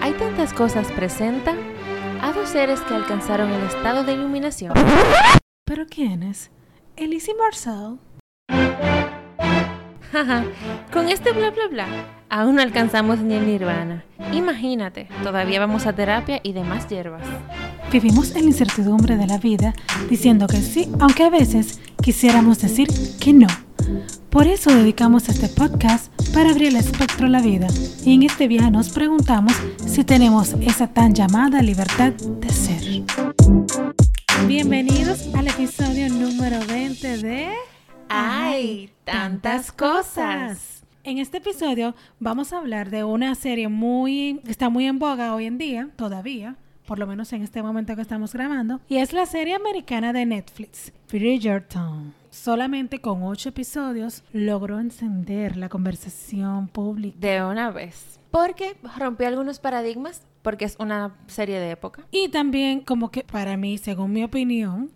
hay tantas cosas presenta a dos seres que alcanzaron el estado de iluminación. ¿Pero quién es? Elise Marcel. Jaja, con este bla bla bla, aún no alcanzamos ni el nirvana. Imagínate, todavía vamos a terapia y demás hierbas. Vivimos en la incertidumbre de la vida diciendo que sí, aunque a veces quisiéramos decir que no. Por eso dedicamos este podcast para abrir el espectro a la vida. Y en este viaje nos preguntamos si tenemos esa tan llamada libertad de ser. Bienvenidos al episodio número 20 de... ¡Ay, tantas cosas! En este episodio vamos a hablar de una serie muy que está muy en boga hoy en día, todavía, por lo menos en este momento que estamos grabando, y es la serie americana de Netflix, Bridgerton. Solamente con ocho episodios logró encender la conversación pública. De una vez. Porque rompió algunos paradigmas, porque es una serie de época. Y también como que para mí, según mi opinión,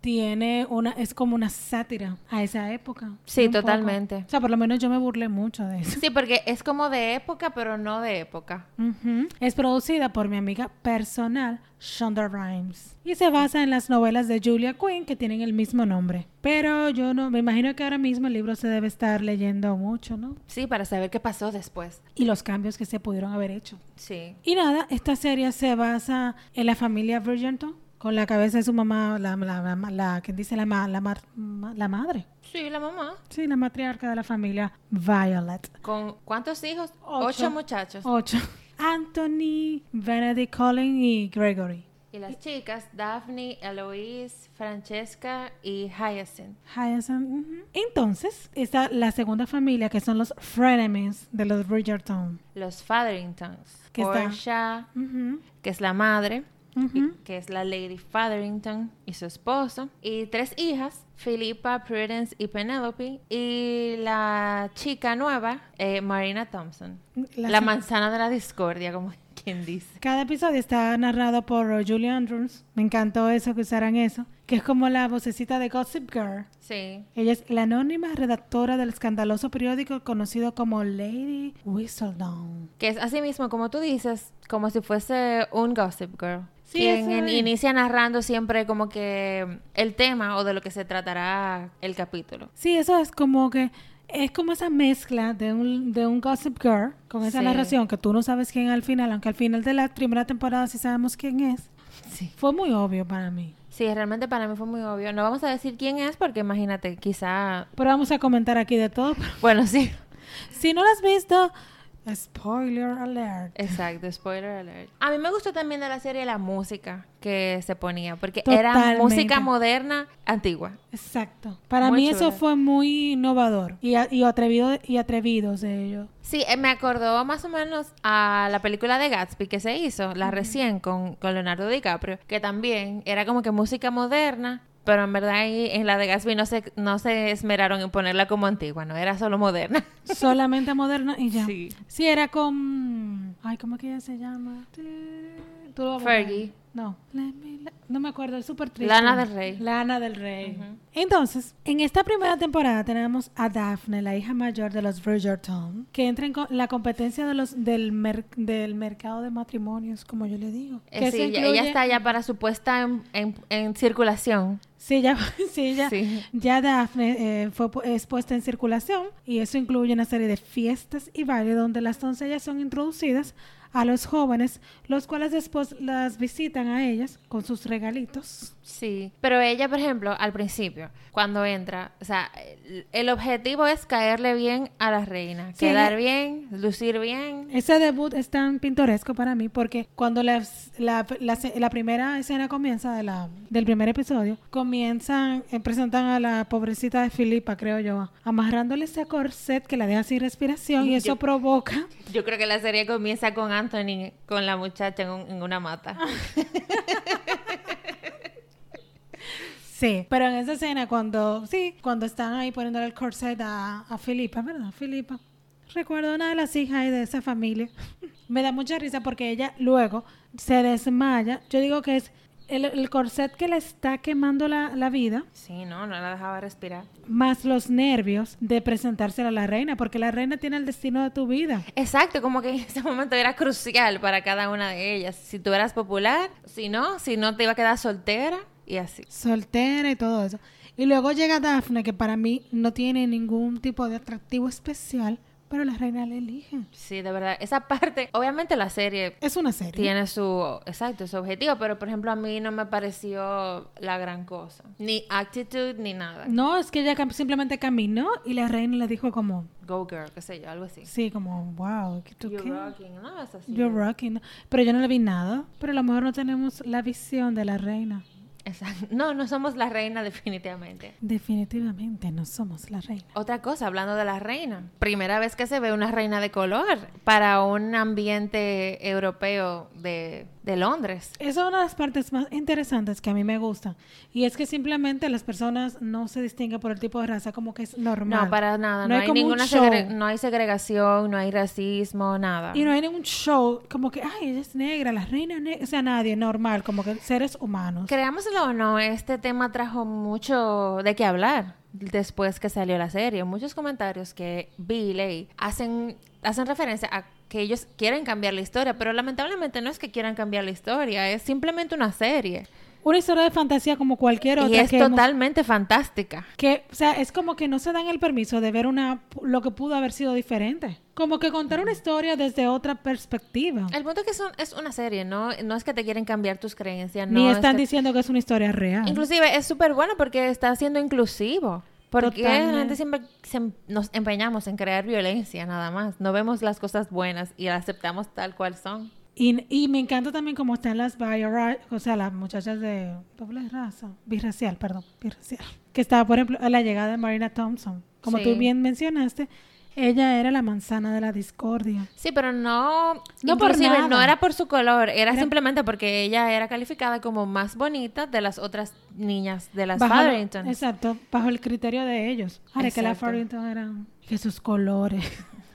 tiene una es como una sátira a esa época. Sí, un poco. totalmente. O sea, por lo menos yo me burlé mucho de eso. Sí, porque es como de época, pero no de época. Ujú. Es producida por mi amiga personal, Shonda Rhimes. Y se basa en las novelas de Julia Quinn que tienen el mismo nombre. Pero yo no, me imagino que ahora mismo el libro se debe estar leyendo mucho, ¿no? Sí, para saber qué pasó después. Y los cambios que se pudieron haber hecho. Sí. Y nada, esta serie se basa en la familia Bridgerton, con la cabeza de su mamá, la, la, la, la- ¿quién dice? La, ma- la, mar- ma- la madre. Sí, la mamá. Sí, la matriarca de la familia, Violet. ¿Con cuántos hijos? Ocho. Ocho muchachos. Ocho. Anthony, Benedict Collin y Gregory. Y las chicas, Daphne, Eloise, Francesca y Hyacinth. Hyacinth, ujú. Entonces, está la segunda familia, que son los frenemies de los Bridgerton. Los Featheringtons. ¿Qué está? Portia, Ujú, que es la madre, y- ujú. que es la Lady Featherington y su esposo. Y tres hijas, Philippa, Prudence y Penelope. Y la chica nueva, eh, Marina Thompson. La, La- manzana de la discordia, como quien dice. Cada episodio está narrado por uh, Julie Andrews. Me encantó eso, que usaran eso. Que es como la vocecita de Gossip Girl. Sí. Ella es la anónima redactora del escandaloso periódico conocido como Lady Whistledown. Que es así mismo, como tú dices, como si fuese un Gossip Girl. Sí, quien eso in- es. inicia narrando siempre como que el tema o de lo que se tratará el capítulo. Sí, eso es como que... Es como esa mezcla de un, de un Gossip Girl con esa Sí. narración que tú no sabes quién al final, aunque al final de la primera temporada sí sabemos quién es. Sí. Fue muy obvio para mí. Sí, realmente para mí fue muy obvio. No vamos a decir quién es porque imagínate, quizá... Pero vamos a comentar aquí de todo. Bueno, sí. Si no lo has visto, spoiler alert. Exacto, spoiler alert. A mí me gustó también de la serie la música que se ponía, porque era Totalmente. música moderna antigua. Exacto. Para Muy mí chulo. eso fue muy innovador y, a- y atrevido y atrevidos de ellos. Sí, eh, me acordó más o menos a la película de Gatsby que se hizo, la recién con, con Leonardo DiCaprio, que también era como que música moderna, pero en verdad ahí en la de Gatsby no se, no se esmeraron en ponerla como antigua, no era solo moderna. Solamente moderna y ya. Sí. Sí. era con... Ay, ¿cómo que ella se llama? Tú lo vas a poner. Fergie. No. Let me la- No me acuerdo, es súper triste. Lana del Rey. Lana del Rey. Entonces, en esta primera temporada tenemos a Daphne, la hija mayor de los Bridgerton, que entra en co- la competencia de los, del, mer- del mercado de matrimonios, como yo le digo. Eh, Que sí, se ella- ella incluye- está ya para su puesta en, en- en circulación. Sí, ya, sí, ya, Sí. ya Daphne eh, fue pu- es puesta en circulación y eso incluye una serie de fiestas y bailes donde las doncellas son introducidas a los jóvenes, los cuales después las visitan a ellas con sus regalitos. Sí, pero ella, por ejemplo, al principio, cuando entra, o sea, el, el objetivo es caerle bien a la reina, Sí, quedar ella- bien, lucir bien. Ese debut es tan pintoresco para mí porque cuando las- la, la ce- la primera escena comienza de la, del primer episodio, comienzan, eh, presentan a la pobrecita de Filipa, creo yo, amarrándole ese corset que la deja sin respiración y eso Yo- provoca Yo creo que la serie comienza con Anthony, con la muchacha en, un- en una mata. Sí, pero en esa escena cuando, sí, cuando están ahí poniéndole el corset a, a Filipa, ¿verdad? Filipa. Recuerdo una de las hijas ahí de esa familia. Me da mucha risa porque ella luego se desmaya. Yo digo que es el, el corset que le está quemando la, la vida, Sí, no, no la dejaba respirar. más los nervios de presentársela a la reina, porque la reina tiene el destino de tu vida. Exacto, como que en ese momento era crucial para cada una de ellas. Si tú eras popular, si no, si no te iba a quedar soltera y así. soltera y todo eso. Y luego llega Daphne, que para mí no tiene ningún tipo de atractivo especial, pero la reina le elige. Sí, de verdad. Esa parte, obviamente la serie Es una serie. tiene su, exacto, su objetivo, pero por ejemplo a mí no me pareció la gran cosa. Ni actitud ni nada. No, es que ella cam- simplemente caminó y la reina le dijo como, Go girl, qué sé yo, algo así. sí, como, wow, ¿qué ¿tú You're qué? rocking, no es así. You're rocking. Pero yo no le vi nada. Pero a lo mejor no tenemos la visión de la reina. Exacto. No, no somos la reina definitivamente. Definitivamente no somos la reina. Otra cosa, hablando de la reina. Primera vez que se ve una reina de color para un ambiente europeo de, de Londres. Esa es una de las partes más interesantes que a mí me gusta. Y es que simplemente las personas no se distinguen por el tipo de raza, como que es normal. No, para nada. No, hay, como un ninguna show. segre- no hay segregación, no hay racismo, nada. Y no hay ningún show como que, ay, ella es negra, la reina negra. O sea, nadie, normal, como que seres humanos. Creámoslo o no, este tema trajo mucho de qué hablar después que salió la serie. Muchos comentarios que vi y leí hacen, hacen referencia a que ellos quieren cambiar la historia, pero lamentablemente no es que quieran cambiar la historia, es simplemente una serie. Una historia de fantasía como cualquier otra. y es que hemos- totalmente fantástica. que, o sea, es como que no se dan el permiso de ver una lo que pudo haber sido diferente. Como que contar una historia desde otra perspectiva. El punto es que son- es una serie, ¿no? No es que te quieren cambiar tus creencias, no este Ni es están Ah. que- diciendo que es una historia real. Inclusive es súper bueno porque está siendo inclusivo. Porque la gente Totalmente. siempre se em- nos empeñamos en crear violencia nada más. No vemos las cosas buenas y las aceptamos tal cual son. Y, y me encanta también cómo están las bi- o sea, las muchachas de doble raza, birracial, perdón, birracial. Que estaba, por ejemplo, a la llegada de Marina Thompson. Como Sí. tú bien mencionaste, ella era la manzana de la discordia. Sí, pero no... No por inclusive, nada. No era por su color. Era, Era- simplemente porque ella era calificada como más bonita de las otras niñas de las Bajo- Farrington. Exacto, bajo el criterio de ellos. Ahora que las Exacto. Farrington eran que sus colores.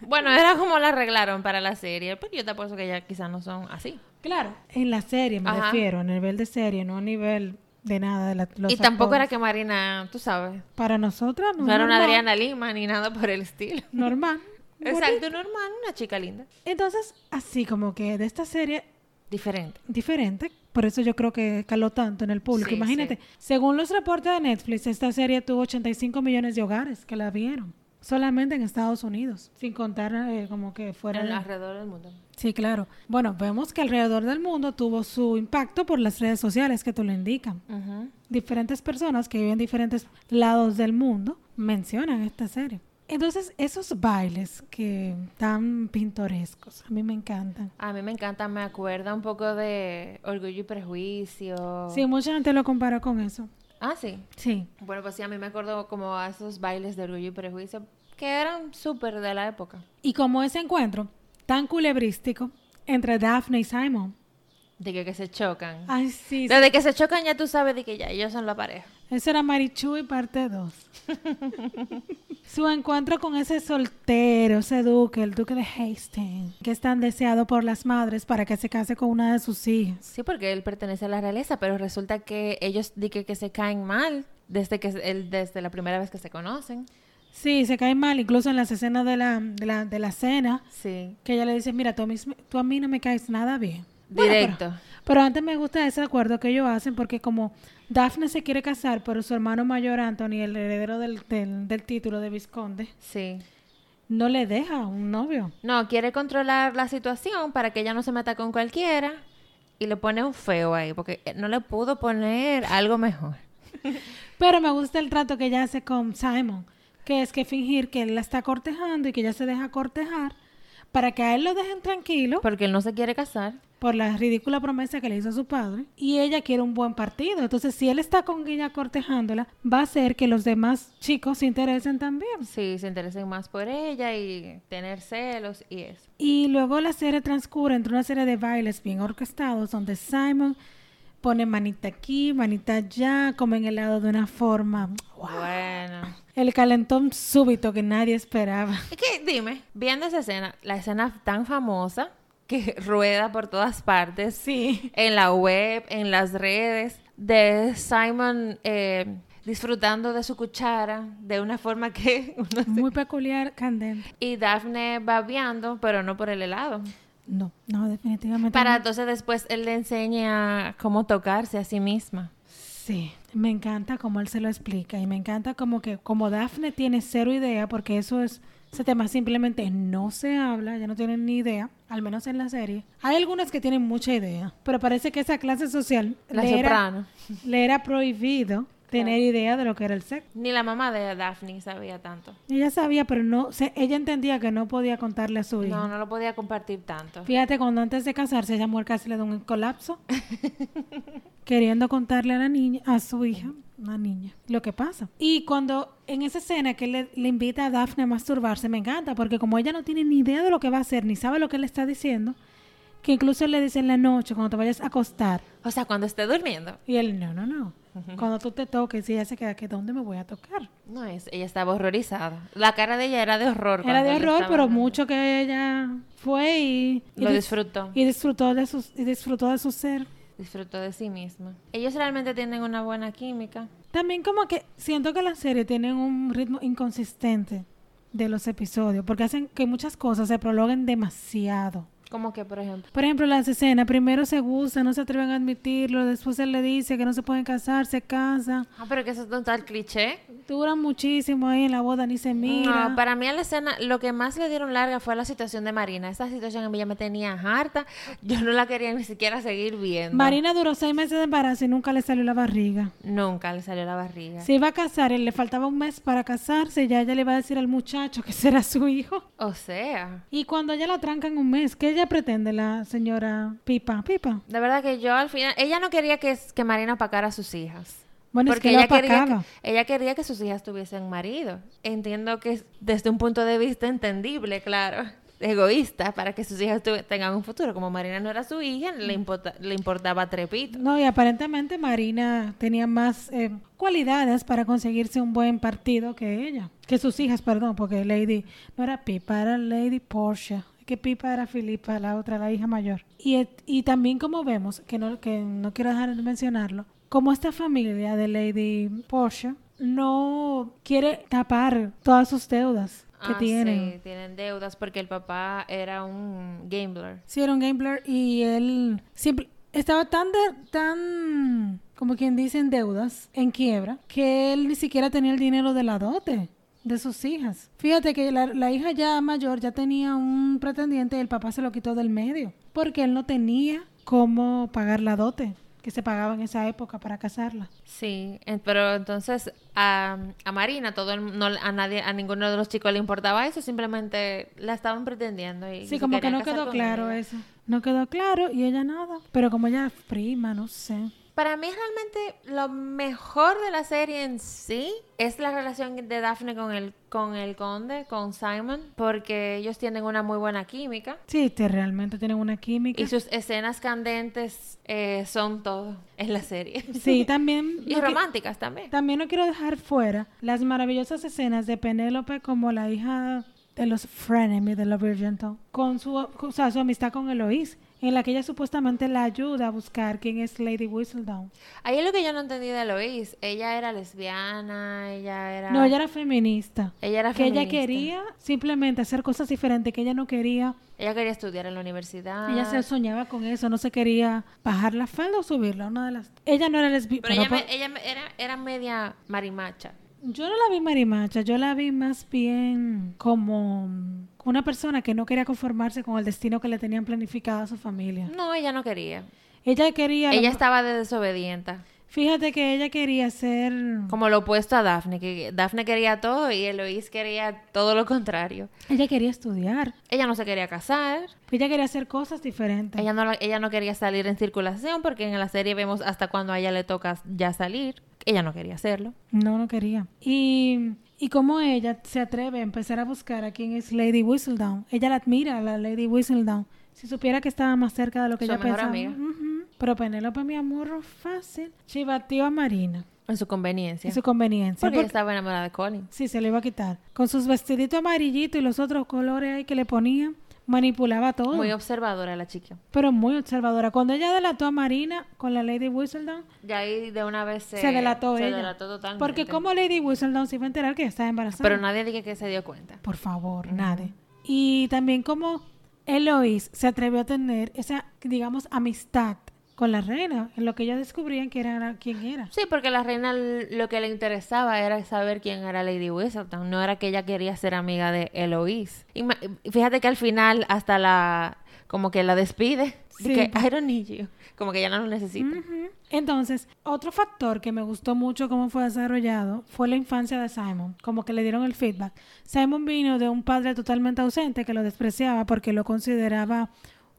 Bueno, era como la arreglaron para la serie. Pero yo te apuesto que ellas quizás no son así. claro, en la serie me Ajá. refiero, a nivel de serie, no a nivel de nada de la, los y tampoco era actores. que Marina, tú sabes, para nosotras no, no era una normal, Adriana Lima ni nada por el estilo. normal. Exacto, normal, una chica linda. Entonces, así como que de esta serie Diferente. diferente, por eso yo creo que caló tanto en el público. Sí, Imagínate, sí. según los reportes de Netflix, esta serie tuvo 85 millones de hogares que la vieron, solamente en Estados Unidos, sin contar eh, como que fuera... En- de- alrededor del mundo. Sí, claro. Bueno, vemos que alrededor del mundo tuvo su impacto por las redes sociales que tú lo indican. Ujú. Diferentes personas que viven en diferentes lados del mundo mencionan esta serie. Entonces, esos bailes que tan pintorescos, a mí me encantan. A mí me encanta, me acuerda un poco de Orgullo y Prejuicio. Sí, mucha gente lo compara con eso. Ah, sí. Sí. Bueno, pues sí, a mí me acuerdo como a esos bailes de Orgullo y Prejuicio que eran súper de la época. Y como ese encuentro tan culebrístico entre Daphne y Simon. De que, que se chocan. Ay, sí. sí. Desde que se chocan ya tú sabes de que ya ellos son la pareja. Eso era Marichu y parte 2. Su encuentro con ese soltero, ese duque, el duque de Hastings, que es tan deseado por las madres para que se case con una de sus hijas. Sí, porque él pertenece a la realeza, pero resulta que ellos de que, que se caen mal desde que se- el- desde la primera vez que se conocen. Sí, se cae mal, incluso en las escenas de la, de la, de la cena, Sí. que ella le dice, mira, tú a mí, tú a mí no me caes nada bien. Bueno, pero- Directo. Pero antes me gusta ese acuerdo que ellos hacen porque como Daphne se quiere casar, pero su hermano mayor Anthony, el heredero del, del- del título de Visconde, Sí. no le deja un novio. No, quiere controlar la situación para que ella no se meta con cualquiera y le pone un feo ahí, porque no le pudo poner algo mejor. Pero me gusta el trato que ella hace con Simon, que es que fingir que él la está cortejando y que ella se deja cortejar para que a él lo dejen tranquilo Porque él no se quiere casar. por la ridícula promesa que le hizo a su padre y ella quiere un buen partido. Entonces, si él está con ella cortejándola, va a hacer que los demás chicos se interesen también. Sí, se interesen más por ella y tener celos y eso. Y luego la serie transcurre entre una serie de bailes bien orquestados donde Simon pone manita aquí, manita allá, comen helado de una forma. ¡guau! Bueno. El calentón súbito que nadie esperaba. Es que dime, viendo esa escena, la escena tan famosa que rueda por todas partes. Sí. En la web, en las redes, de Simon eh, disfrutando de su cuchara de una forma que... uno se- Muy peculiar, candente. Y Daphne babeando, pero no por el helado. No, no, definitivamente. Para no. entonces después él le enseña cómo tocarse a sí misma. Sí, me encanta cómo él se lo explica y me encanta como que como Dafne tiene cero idea porque eso es ese tema simplemente no se habla, ya no tienen ni idea, al menos en la serie. Hay algunas que tienen mucha idea, pero parece que esa clase social La le, era, soprano. le era prohibido tener idea de lo que era el sexo. Ni la mamá de Daphne sabía tanto. Ella sabía, pero no, se- ella entendía que no podía contarle a su hijo. No, no lo podía compartir tanto. Fíjate, cuando antes de casarse, esa mujer casi le da un colapso. queriendo contarle a la niña, a su hija, una niña, lo que pasa. Y cuando en esa escena que él le, le invita a Daphne a masturbarse, me encanta, porque como ella no tiene ni idea de lo que va a hacer, ni sabe lo que le está diciendo, que incluso él le dice en la noche, cuando te vayas a acostar, O sea, cuando esté durmiendo. y él, no, no, no. Cuando tú te toques, y ella se queda, que ¿dónde me voy a tocar? No es, ella estaba horrorizada. La cara de ella era de horror. Era cuando de él horror, estaba pero hablando. mucho que ella fue y, y Lo dis- disfrutó. y disfrutó de sus y disfrutó de su ser. Disfrutó de sí misma. Ellos realmente tienen una buena química. También como que siento que las series tienen un ritmo inconsistente de los episodios, porque hacen que muchas cosas se prolonguen demasiado. Como que, por ejemplo. Por ejemplo, las escenas, primero se gustan, no se atreven a admitirlo, después él le dice que no se pueden casar, se casan, Ah, pero que eso es total cliché. duran muchísimo ahí en la boda, ni se mira. No, para mí a la escena lo que más le dieron larga fue la situación de Marina. Esa situación a mí ya me tenía harta. Yo no la quería ni siquiera seguir viendo. Marina duró seis meses de embarazo y nunca le salió la barriga. Nunca le salió la barriga. Se iba a casar, él le faltaba un mes para casarse, ya ella le iba a decir al muchacho que será su hijo. O sea, Y cuando ella la trancan un mes, ¿qué ella pretende la señora Pipa? Pipa. de verdad que yo al final, ella no quería que, que Marina apacara a sus hijas. Bueno, Porque es que ella, ella quería apacaba. que, ella quería que sus hijas tuviesen marido. Entiendo que es desde un punto de vista entendible, claro, egoísta, para que sus hijas tuve- tengan un futuro. Como Marina no era su hija, le, importa- le importaba trepito. No, y aparentemente Marina tenía más eh, cualidades para conseguirse un buen partido que ella, que sus hijas, perdón, porque Lady no era Pipa, era Lady Portia, que Pipa era Filipa, la otra, la hija mayor. Y, et- y también como vemos, que no, que no quiero dejar de mencionarlo, como esta familia de Lady Portia no quiere tapar todas sus deudas que Ah, tienen. sí, tienen deudas porque el papá era un gambler. Sí, era un gambler y él siempre estaba tan, de- tan, como quien dice, en deudas, en quiebra, que él ni siquiera tenía el dinero de la dote de sus hijas. Fíjate que la, la hija ya mayor ya tenía un pretendiente y el papá se lo quitó del medio porque él no tenía cómo pagar la dote que se pagaba en esa época para casarla. Sí, en- pero entonces a, a Marina, todo el- no, a nadie, a ninguno de los chicos le importaba eso, simplemente la estaban pretendiendo. Y Sí, se como que querían no casar quedó con claro ella. eso. No quedó claro y ella nada. Pero como ella es prima, no sé. Para mí realmente lo mejor de la serie en sí es la relación de Daphne con el, con el conde, con Simon, porque ellos tienen una muy buena química Sí, te- realmente tienen una química. y sus escenas candentes eh, son todo en la serie. Sí, también. Y no qui- románticas también. También no quiero dejar fuera las maravillosas escenas de Penélope como la hija de los Frenemy de la Virginton, con su, o sea, su amistad con Eloís, en la que ella supuestamente la ayuda a buscar quién es Lady Whistledown. Ahí es lo que yo no entendí de Lois. Ella era lesbiana, ella era... No, ella era feminista. Ella era que ella feminista. quería simplemente hacer cosas diferentes, que ella no quería, Ella quería estudiar en la universidad. ella se soñaba con eso, no se quería bajar la falda o subirla, una de las... Ella no era lesbiana. Pero ella, me- ella me- era, era media marimacha. Yo no la vi marimacha, yo la vi más bien como mm, una persona que no quería conformarse con el destino que le tenían planificado a su familia. No, ella no quería. Ella quería, Ella estaba de desobedienta. fíjate que ella quería ser, Como lo opuesto a Daphne, que Daphne quería todo y Eloís quería todo lo contrario. ella quería estudiar, Ella no se quería casar, ella quería hacer cosas diferentes. ella no, la- ella no quería salir en circulación porque en la serie vemos hasta cuando a ella le toca ya salir. Ella no quería hacerlo. No, no quería. Y, y como ella se atreve a empezar a buscar a quién es Lady Whistledown. Ella la admira, a la Lady Whistledown. Si supiera que estaba más cerca de lo que Su ella mejor pensaba. amiga. Ujú. Pero Penélope, mi amor, fácil. Chivateó a Marina. En su conveniencia. Y su conveniencia. porque ella Porque estaba enamorada de Colin. sí, se le iba a quitar. Con sus vestiditos amarillitos y los otros colores ahí que le ponían. manipulaba todo. Muy observadora la chica. pero muy observadora. Cuando ella delató a Marina con la Lady Whistledown, Y ahí de una vez se, se delató se ella. delató totalmente. Porque como Lady Whistledown se iba a enterar que estaba embarazada. Pero nadie dije que se dio cuenta. Por favor, nadie. Y también como Eloise se atrevió a tener esa, digamos, amistad con la reina, en lo que ellos descubrían que era, quién era. Sí, porque la reina l- lo que le interesaba era saber quién era Lady Whistledown. No era que ella quería ser amiga de Eloise. Y ma- fíjate que al final hasta la... Como que la despide. Sí. De que I don't need you. Como que ya no lo necesita. Ujú. Entonces, otro factor que me gustó mucho cómo fue desarrollado fue la infancia de Simon, como que le dieron el feedback. Simon vino de un padre totalmente ausente que lo despreciaba porque lo consideraba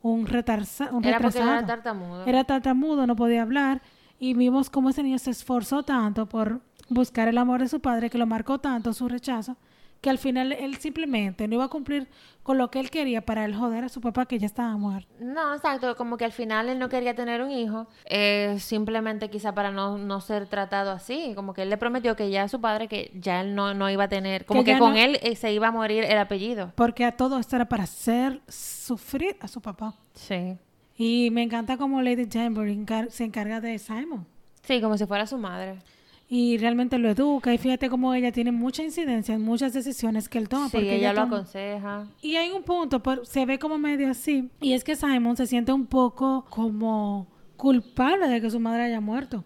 un, retarza, un Era porque retrasado. era tartamudo. Era tartamudo, no podía hablar y vimos cómo ese niño se esforzó tanto por buscar el amor de su padre que lo marcó tanto su rechazo que al final él simplemente no iba a cumplir con lo que él quería para él joder a su papá que ya estaba muerto. No, exacto, como que al final él no quería tener un hijo, eh, simplemente quizá para no, no ser tratado así, como que él le prometió que ya a su padre, que ya él no, no iba a tener, como que, ya con no- él eh, se iba a morir el apellido. Porque a todo esto era para hacer sufrir a su papá. Sí. Y me encanta cómo Lady Jamboree encar- se encarga de Simon. Sí, como si fuera su madre. Y realmente lo educa. Y fíjate cómo ella tiene mucha incidencia en muchas decisiones que él toma. sí, porque ella, lo toma- aconseja. Y hay un punto, por- se ve como medio así. Y es que Simon se siente un poco como culpable de que su madre haya muerto.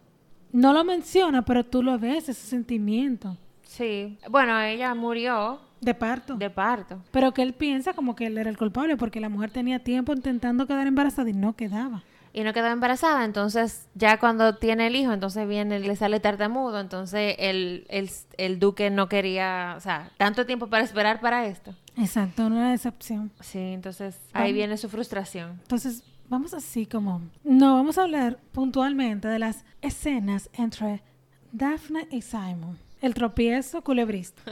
No lo menciona, pero tú lo ves, ese sentimiento Sí. Bueno, ella murió de parto. de parto. Pero que él piensa como que él era el culpable porque la mujer tenía tiempo intentando quedar embarazada y no quedaba. Y no quedó embarazada, entonces ya cuando tiene el hijo, entonces viene, le sale tartamudo, entonces el, el, el duque no quería, o sea, tanto tiempo para esperar para esto. Exacto, no era decepción. Sí, entonces ahí viene su frustración. Entonces, vamos así como... No, vamos a hablar puntualmente de las escenas entre Daphne y Simon. El tropiezo culebrista.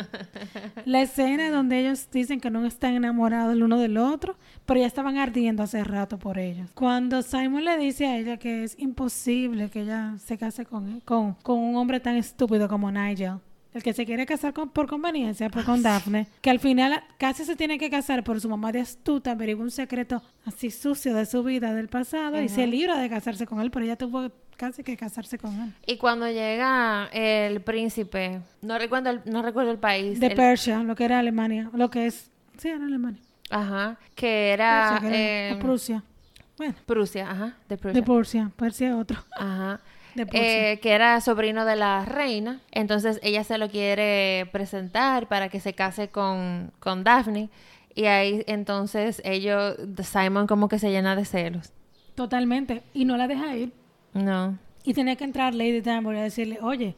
La escena donde ellos dicen que no están enamorados el uno del otro, pero ya estaban ardiendo hace rato por ellos. Cuando Simon le dice a ella que es imposible que ella se case con, con, con un hombre tan estúpido como Nigel. El que se quiere casar con- por conveniencia, por con Daphne, que al final casi se tiene que casar por su mamá de astuta, averigua un secreto así sucio de su vida del pasado y se libra de casarse con él, pero ella tuvo casi que casarse con él. Y cuando llega el príncipe, no recuerdo el, no recuerdo el país, De el- Persia, lo que era Alemania, lo que es, sí, era Alemania. ajá, que Persia, era que era- em, o Prusia. Bueno, Prusia, ajá, de Prusia. de eh, Prusia, Persia es otro. Ajá. De Prusia. Eh, que era sobrino de la reina. Entonces ella se lo quiere presentar para que se case con, con Daphne. Y ahí entonces ellos, Simon como que se llena de celos. Totalmente. Y no la deja ir. No. Y tenía que entrar Lady Danbury a decirle, oye,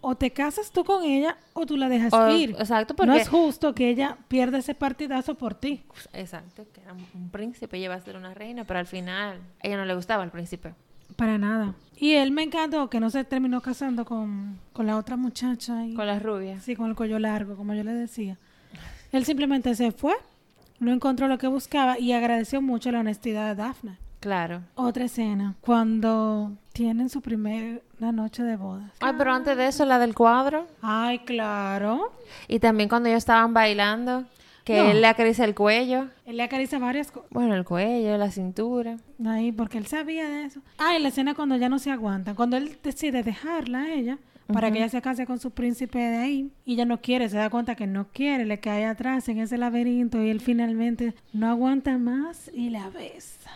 o te casas tú con ella o tú la dejas O- ir. exacto, No porque- es justo que ella pierda ese partidazo por ti. Exacto, que era un- un príncipe, ella iba a ser una reina, pero al final a ella no le gustaba el príncipe. Para nada. Y él me encantó que no se terminó casando con, con la otra muchacha. Y, Con las rubias. Sí, con el cuello largo, como yo le decía. Él simplemente se fue, no encontró lo que buscaba y agradeció mucho la honestidad de Daphne. Claro. Otra escena, cuando tienen su primera noche de bodas. Ah, pero antes de eso, la del cuadro. Ay, claro. Y también cuando ellos estaban bailando, que No. él le acaricia el cuello. Él le acaricia varias cosas. Bueno, el cuello, la cintura. Ahí, porque él sabía de eso. Ah, y la escena cuando ya no se aguantan. Cuando él decide dejarla a ella para que ella se case con su príncipe de ahí. Y ella no quiere, se da cuenta que no quiere, le cae atrás en ese laberinto y él finalmente no aguanta más y la besa.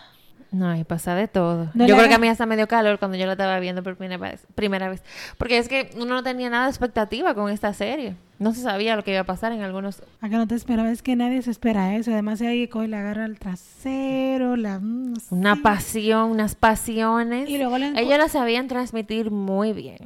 No, y pasa de todo. No le yo creo hagas- que a mí hasta me dio calor cuando yo la estaba viendo por primera vez, primera vez. Porque es que uno no tenía nada de expectativa con esta serie. No se sabía lo que iba a pasar en algunos... A que no te esperaba, es que nadie se espera eso. Además, ahí coge y le agarra el trasero, la... mm, no sé. Una pasión, unas pasiones. Y luego la encu- Ellos la sabían transmitir muy bien.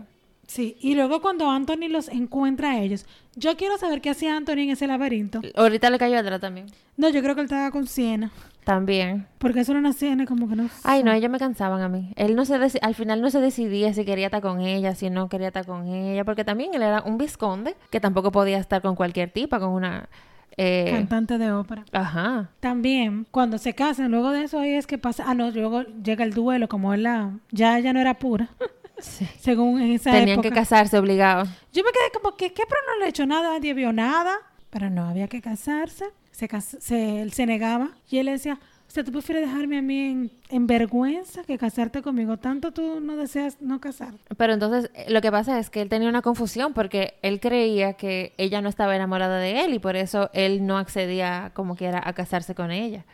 Sí, y luego cuando Anthony los encuentra a ellos. Yo quiero saber qué hacía Anthony en ese laberinto. Ahorita le cayó atrás también. No, yo creo que él estaba con Siena. También. Porque eso era una Siena como que no... Ay, no, ellos me cansaban a mí. Él no se deci- al final no se decidía si quería estar con ella, si no quería estar con ella, porque también él era un visconde que tampoco podía estar con cualquier tipa, con una... eh, cantante de ópera. ajá. También, cuando se casan, luego de eso ahí es que pasa, ah, no, luego llega el duelo, como él la, ya ella no era pura, Sí. según en esa Tenían que época. casarse obligados. Yo me quedé como que, ¿qué? Pero no le he hecho nada, nadie vio nada, pero no había que casarse. se, cas- se- él se negaba y él le decía, o sea, tú prefieres dejarme a mí en, en vergüenza que casarte conmigo, tanto tú no deseas no casar. Pero entonces eh, lo que pasa es que él tenía una confusión porque él creía que ella no estaba enamorada de él y por eso él no accedía como quiera a casarse con ella.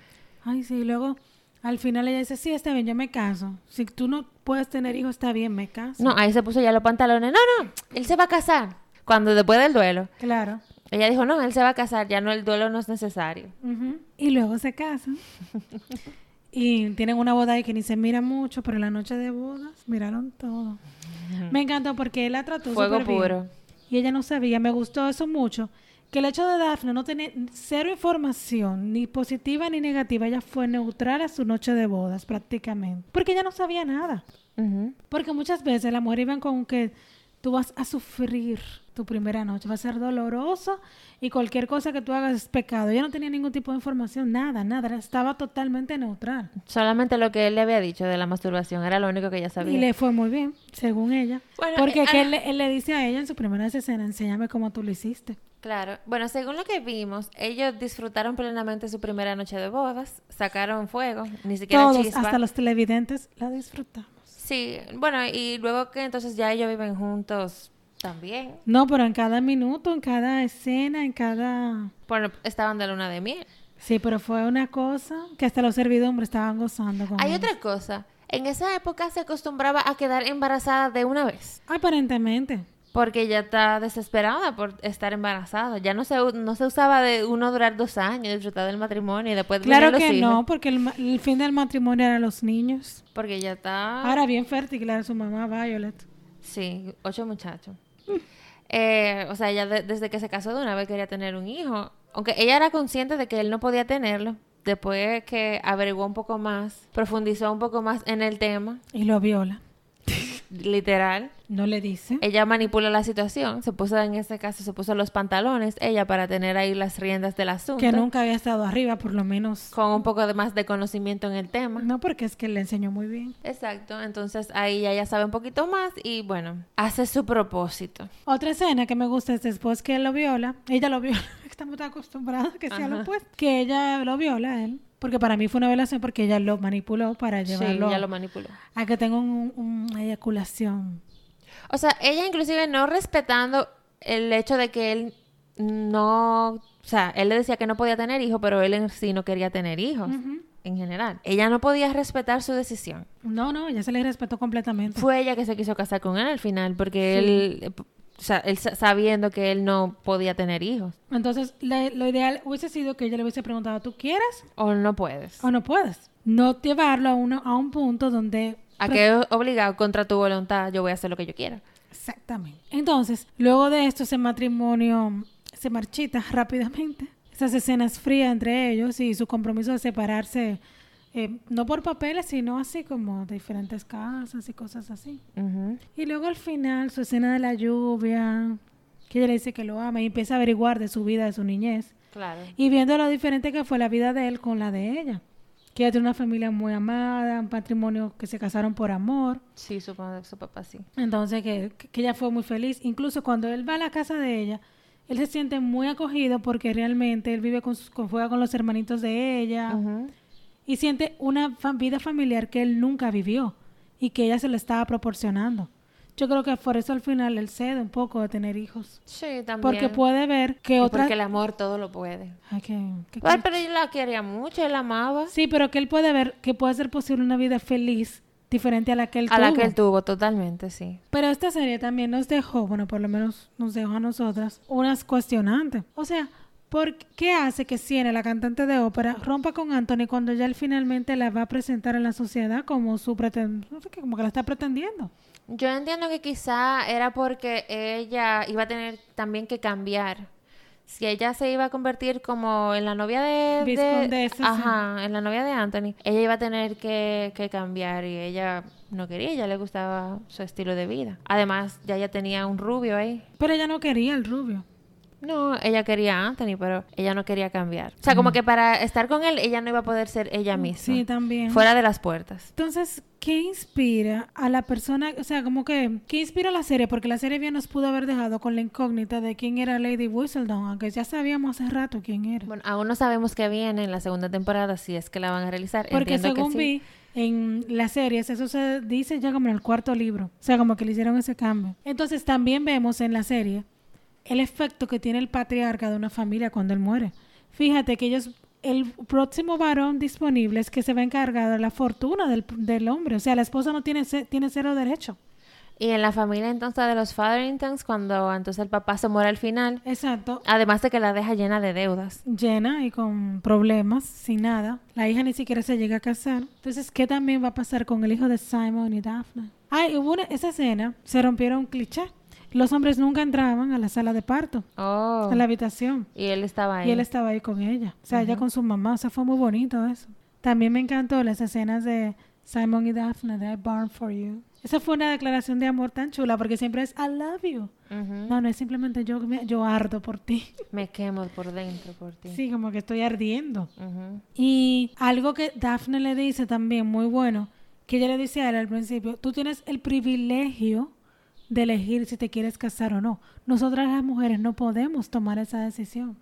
Ay, sí, y luego al final ella dice, sí, está bien, yo me caso. Si tú no puedes tener hijos, está bien, me caso. No, ahí se puso ya los pantalones. No, no, él se va a casar. Cuando después del duelo, Claro. ella dijo, no, él se va a casar, ya no, el duelo no es necesario. Ujú. Y luego se casan. y tienen una boda ahí que ni se mira mucho, pero la noche de bodas miraron todo. Me encantó porque él la trató Fuego superbién. puro. Y ella no sabía, me gustó eso mucho. Que el hecho de Dafne no tener cero información, ni positiva ni negativa, ella fue neutral a su noche de bodas prácticamente. Porque ella no sabía nada. Ujú. Porque muchas veces las mujeres iban con que tú vas a sufrir tu primera noche, va a ser doloroso y cualquier cosa que tú hagas es pecado. Ella no tenía ningún tipo de información, nada, nada, estaba totalmente neutral. Solamente lo que él le había dicho de la masturbación era lo único que ella sabía. Y le fue muy bien, según ella. Bueno, Porque eh, que ah. él, le- él le dice a ella en su primera escena, enséñame cómo tú lo hiciste. Claro. Bueno, según lo que vimos, ellos disfrutaron plenamente su primera noche de bodas, sacaron fuego, ni siquiera Todos, chispa. hasta los televidentes, la disfrutamos. Sí, bueno, y luego que entonces ya ellos viven juntos también. No, pero en cada minuto, en cada escena, en cada... Bueno, estaban de luna de miel. Sí, pero fue una cosa que hasta los servidumbre estaban gozando con Hay él. otra cosa. En esa época se acostumbraba a quedar embarazada de una vez. Aparentemente. Porque ya está desesperada por estar embarazada. Ya no se, u- no se usaba de uno durar dos años, disfrutar del matrimonio y después venir Claro los que hijos. no, porque el, ma- el fin del matrimonio eran los niños. Porque ya está... Ahora bien fértil era su mamá Violet. Sí, ocho muchachos. Eh, o sea, ella de- desde que se casó de una vez quería tener un hijo. Aunque ella era consciente de que él no podía tenerlo. Después que averiguó un poco más, profundizó un poco más en el tema, Y lo viola. literal. No le dice. Ella manipuló la situación, se puso en este caso, se puso los pantalones, ella para tener ahí las riendas del asunto. Que nunca había estado arriba, por lo menos. Con un poco de más de conocimiento en el tema. No, porque es que le enseñó muy bien. Exacto, entonces ahí ella ya sabe un poquito más y bueno, hace su propósito. Otra escena que me gusta es después que él lo viola. Ella lo viola. Estamos tan acostumbrados que sea lo Ajá. opuesto. Que ella lo viola a él. Porque para mí fue una violación porque ella lo manipuló para Sí, llevarlo ella lo manipuló. a que tenga un- un- una eyaculación. O sea, ella inclusive no respetando el hecho de que él no, o sea, él le decía que no podía tener hijos, pero él en sí no quería tener hijos en general. Ella no podía respetar su decisión. No, no, ella se le respetó completamente. Fue ella que se quiso casar con él al final, porque él, eh, p- o sea, él sa- sabiendo que él no podía tener hijos. Entonces, la- lo ideal hubiese sido que ella le hubiese preguntado, ¿tú quieres O no puedes. o no puedes? No llevarlo a, uno, a un punto donde... ¿A qué obligado contra tu voluntad? Yo voy a hacer lo que yo quiera. Exactamente. Entonces, luego de esto, ese matrimonio se marchita rápidamente. Esas escenas frías entre ellos y su compromiso de separarse, eh, no por papeles, sino así como de diferentes casas y cosas así. Ujú. Y luego al final, su escena de la lluvia, que ella le dice que lo ama y empieza a averiguar de su vida, de su niñez. Claro. y viendo lo diferente que fue la vida de él con la de ella. Que ella tiene una familia muy amada, un patrimonio que se casaron por amor. Sí, supongo que su papá sí. Entonces, que, que ella fue muy feliz. Incluso cuando él va a la casa de ella, él se siente muy acogido porque realmente él vive con, sus, con, juega con los hermanitos de ella Ujú. y siente una fa- vida familiar que él nunca vivió y que ella se lo estaba proporcionando. Yo creo que por eso al final él cede un poco de tener hijos. Sí, también. Porque puede ver que Y otras... Porque el amor todo lo puede. Ay, qué- qué Ay, pero yo la quería mucho, él la amaba. Sí, pero que él puede ver que puede ser posible una vida feliz diferente a la que él a tuvo. la que él tuvo, totalmente, sí. Pero esta serie también nos dejó, bueno, por lo menos nos dejó a nosotras, unas cuestionantes. O sea, ¿por qué hace que Siena, la cantante de ópera, rompa con Anthony cuando ya él finalmente la va a presentar a la sociedad como su preten- no sé qué, como que la está pretendiendo? Yo entiendo que quizá era porque ella iba a tener también que cambiar. Si ella se iba a convertir como en la novia de... de- Vizcondesa, sí. ajá, en la novia de Anthony. Ella iba a tener que, que cambiar y ella no quería, ella le gustaba su estilo de vida. Además, ya ella tenía un rubio ahí. Pero ella no quería el rubio. No, ella quería a Anthony, pero ella no quería cambiar. O sea, como que para estar con él, ella no iba a poder ser ella misma. Sí, también. Fuera de las puertas. Entonces, ¿qué inspira a la persona? O sea, como que, ¿qué inspira a la serie? Porque la serie bien nos pudo haber dejado con la incógnita de quién era Lady Whistledown, aunque ya sabíamos hace rato quién era. Bueno, aún no sabemos qué viene en la segunda temporada, si es que la van a realizar. Porque Entiendo que según sí. vi en las series, eso se dice ya como en el cuarto libro. O sea, como que le hicieron ese cambio. Entonces también vemos en la serie el efecto que tiene el patriarca de una familia cuando él muere. Fíjate que ellos, el próximo varón disponible es que se va a encargar de la fortuna del, del hombre. O sea, la esposa no tiene, ce- tiene cero derecho. Y en la familia entonces de los Fatheringtons, cuando entonces el papá se muere al final, Exacto. además de que la deja llena de deudas. Llena y con problemas, sin nada. La hija ni siquiera se llega a casar. Entonces, ¿qué también va a pasar con el hijo de Simon y Daphne? Ay, hubo una- esa escena, se rompieron un cliché. Los hombres nunca entraban a la sala de parto, Oh. a la habitación. Y él estaba ahí. Y él estaba ahí con ella, o sea, ella con su mamá, o sea, fue muy bonito eso. También me encantó las escenas de Simon y Daphne, de I Burn For You. Esa fue una declaración de amor tan chula, porque siempre es I love you. Ujú. No, no es simplemente yo, me- yo ardo por ti. Me quemo por dentro por ti. Sí, como que estoy ardiendo. Ujú. Y algo que Daphne le dice también, muy bueno, que ella le dice a él al principio, tú tienes el privilegio de elegir si te quieres casar o no. Nosotras las mujeres no podemos tomar esa decisión.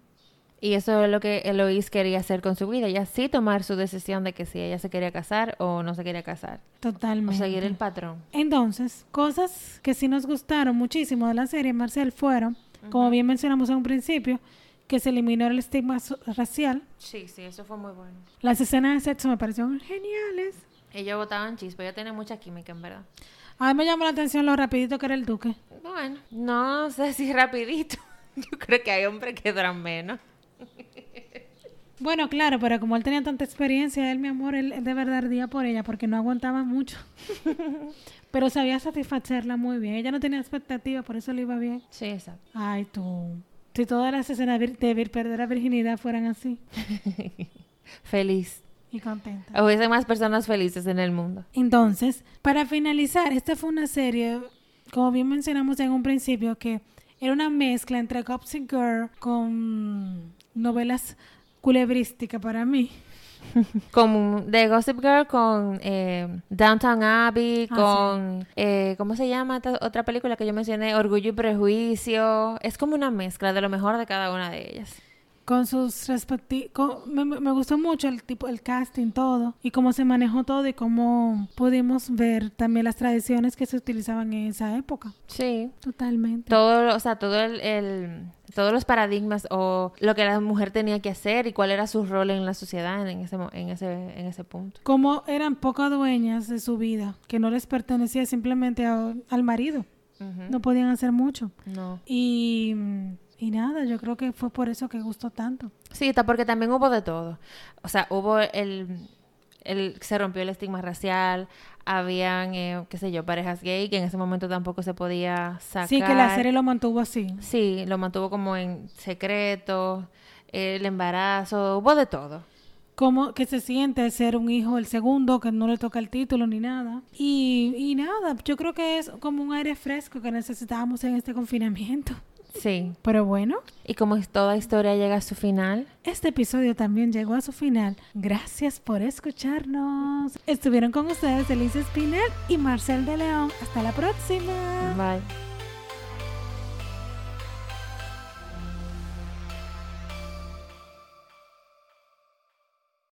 Y eso es lo que Eloise quería hacer con su vida. Ella sí tomar su decisión de que si ella se quería casar o no se quería casar. O Totalmente. seguir el patrón. Entonces, cosas que sí nos gustaron muchísimo de la serie, Marcel, fueron, como bien mencionamos en un principio, que se eliminó el estigma so- racial. Sí, sí, eso fue muy bueno. Las escenas de sexo me parecieron geniales. Ellos botaban chispa, ella tenía mucha química, en verdad. A mí me llamó la atención lo rapidito que era el duque. Bueno, no sé si rapidito. Yo creo que hay hombres que duran menos. Bueno, claro, pero como él tenía tanta experiencia, él, mi amor, él, él de verdad ardía por ella porque no aguantaba mucho. pero sabía satisfacerla muy bien. Ella no tenía expectativa, por eso le iba bien. Sí, exacto. Ay, tú. Si todas las escenas vir- de vir- perder la virginidad fueran así Feliz. y contenta. Hubiese más personas felices en el mundo. Oh. Entonces, para finalizar, esta fue una serie, como bien mencionamos en un principio, que era una mezcla entre Gossip Girl con novelas culebrísticas para mí. Con de Gossip Girl, con eh, Downtown Abbey, Ah, con eh, ¿cómo se llama esta otra película que yo mencioné? Orgullo y Prejuicio. Es como una mezcla de lo mejor de cada una de ellas. Con sus respectivos... Me, me- me gustó mucho el tipo, el casting, todo, y cómo se manejó todo y cómo pudimos ver también las tradiciones que se utilizaban en esa época. Sí. Totalmente. Todo, lo- o sea, todo el, el- todos los paradigmas o lo que la mujer tenía que hacer y cuál era su rol en la sociedad en ese mo- en ese en ese punto. Como eran poco dueñas de su vida, que no les pertenecía simplemente a- al marido. Ujú. No podían hacer mucho. No. Y, y nada, yo creo que fue por eso que gustó tanto. Sí, ta- porque también hubo de todo. O sea, hubo el, el se rompió el estigma racial, habían, eh, qué sé yo, parejas gay que en ese momento tampoco se podía sacar. Sí, que la serie lo mantuvo así. Sí, lo mantuvo como en secreto, el embarazo, hubo de todo. Cómo que se siente ser un hijo el segundo, que no le toca el título ni nada. Y, y nada, yo creo que es como un aire fresco que necesitábamos en este confinamiento. Sí. Pero bueno, Y como es- toda historia llega a su final, este episodio también llegó a su final. Gracias por escucharnos. Estuvieron con ustedes Elise Espinel y Marcel de León. Hasta la próxima. bye.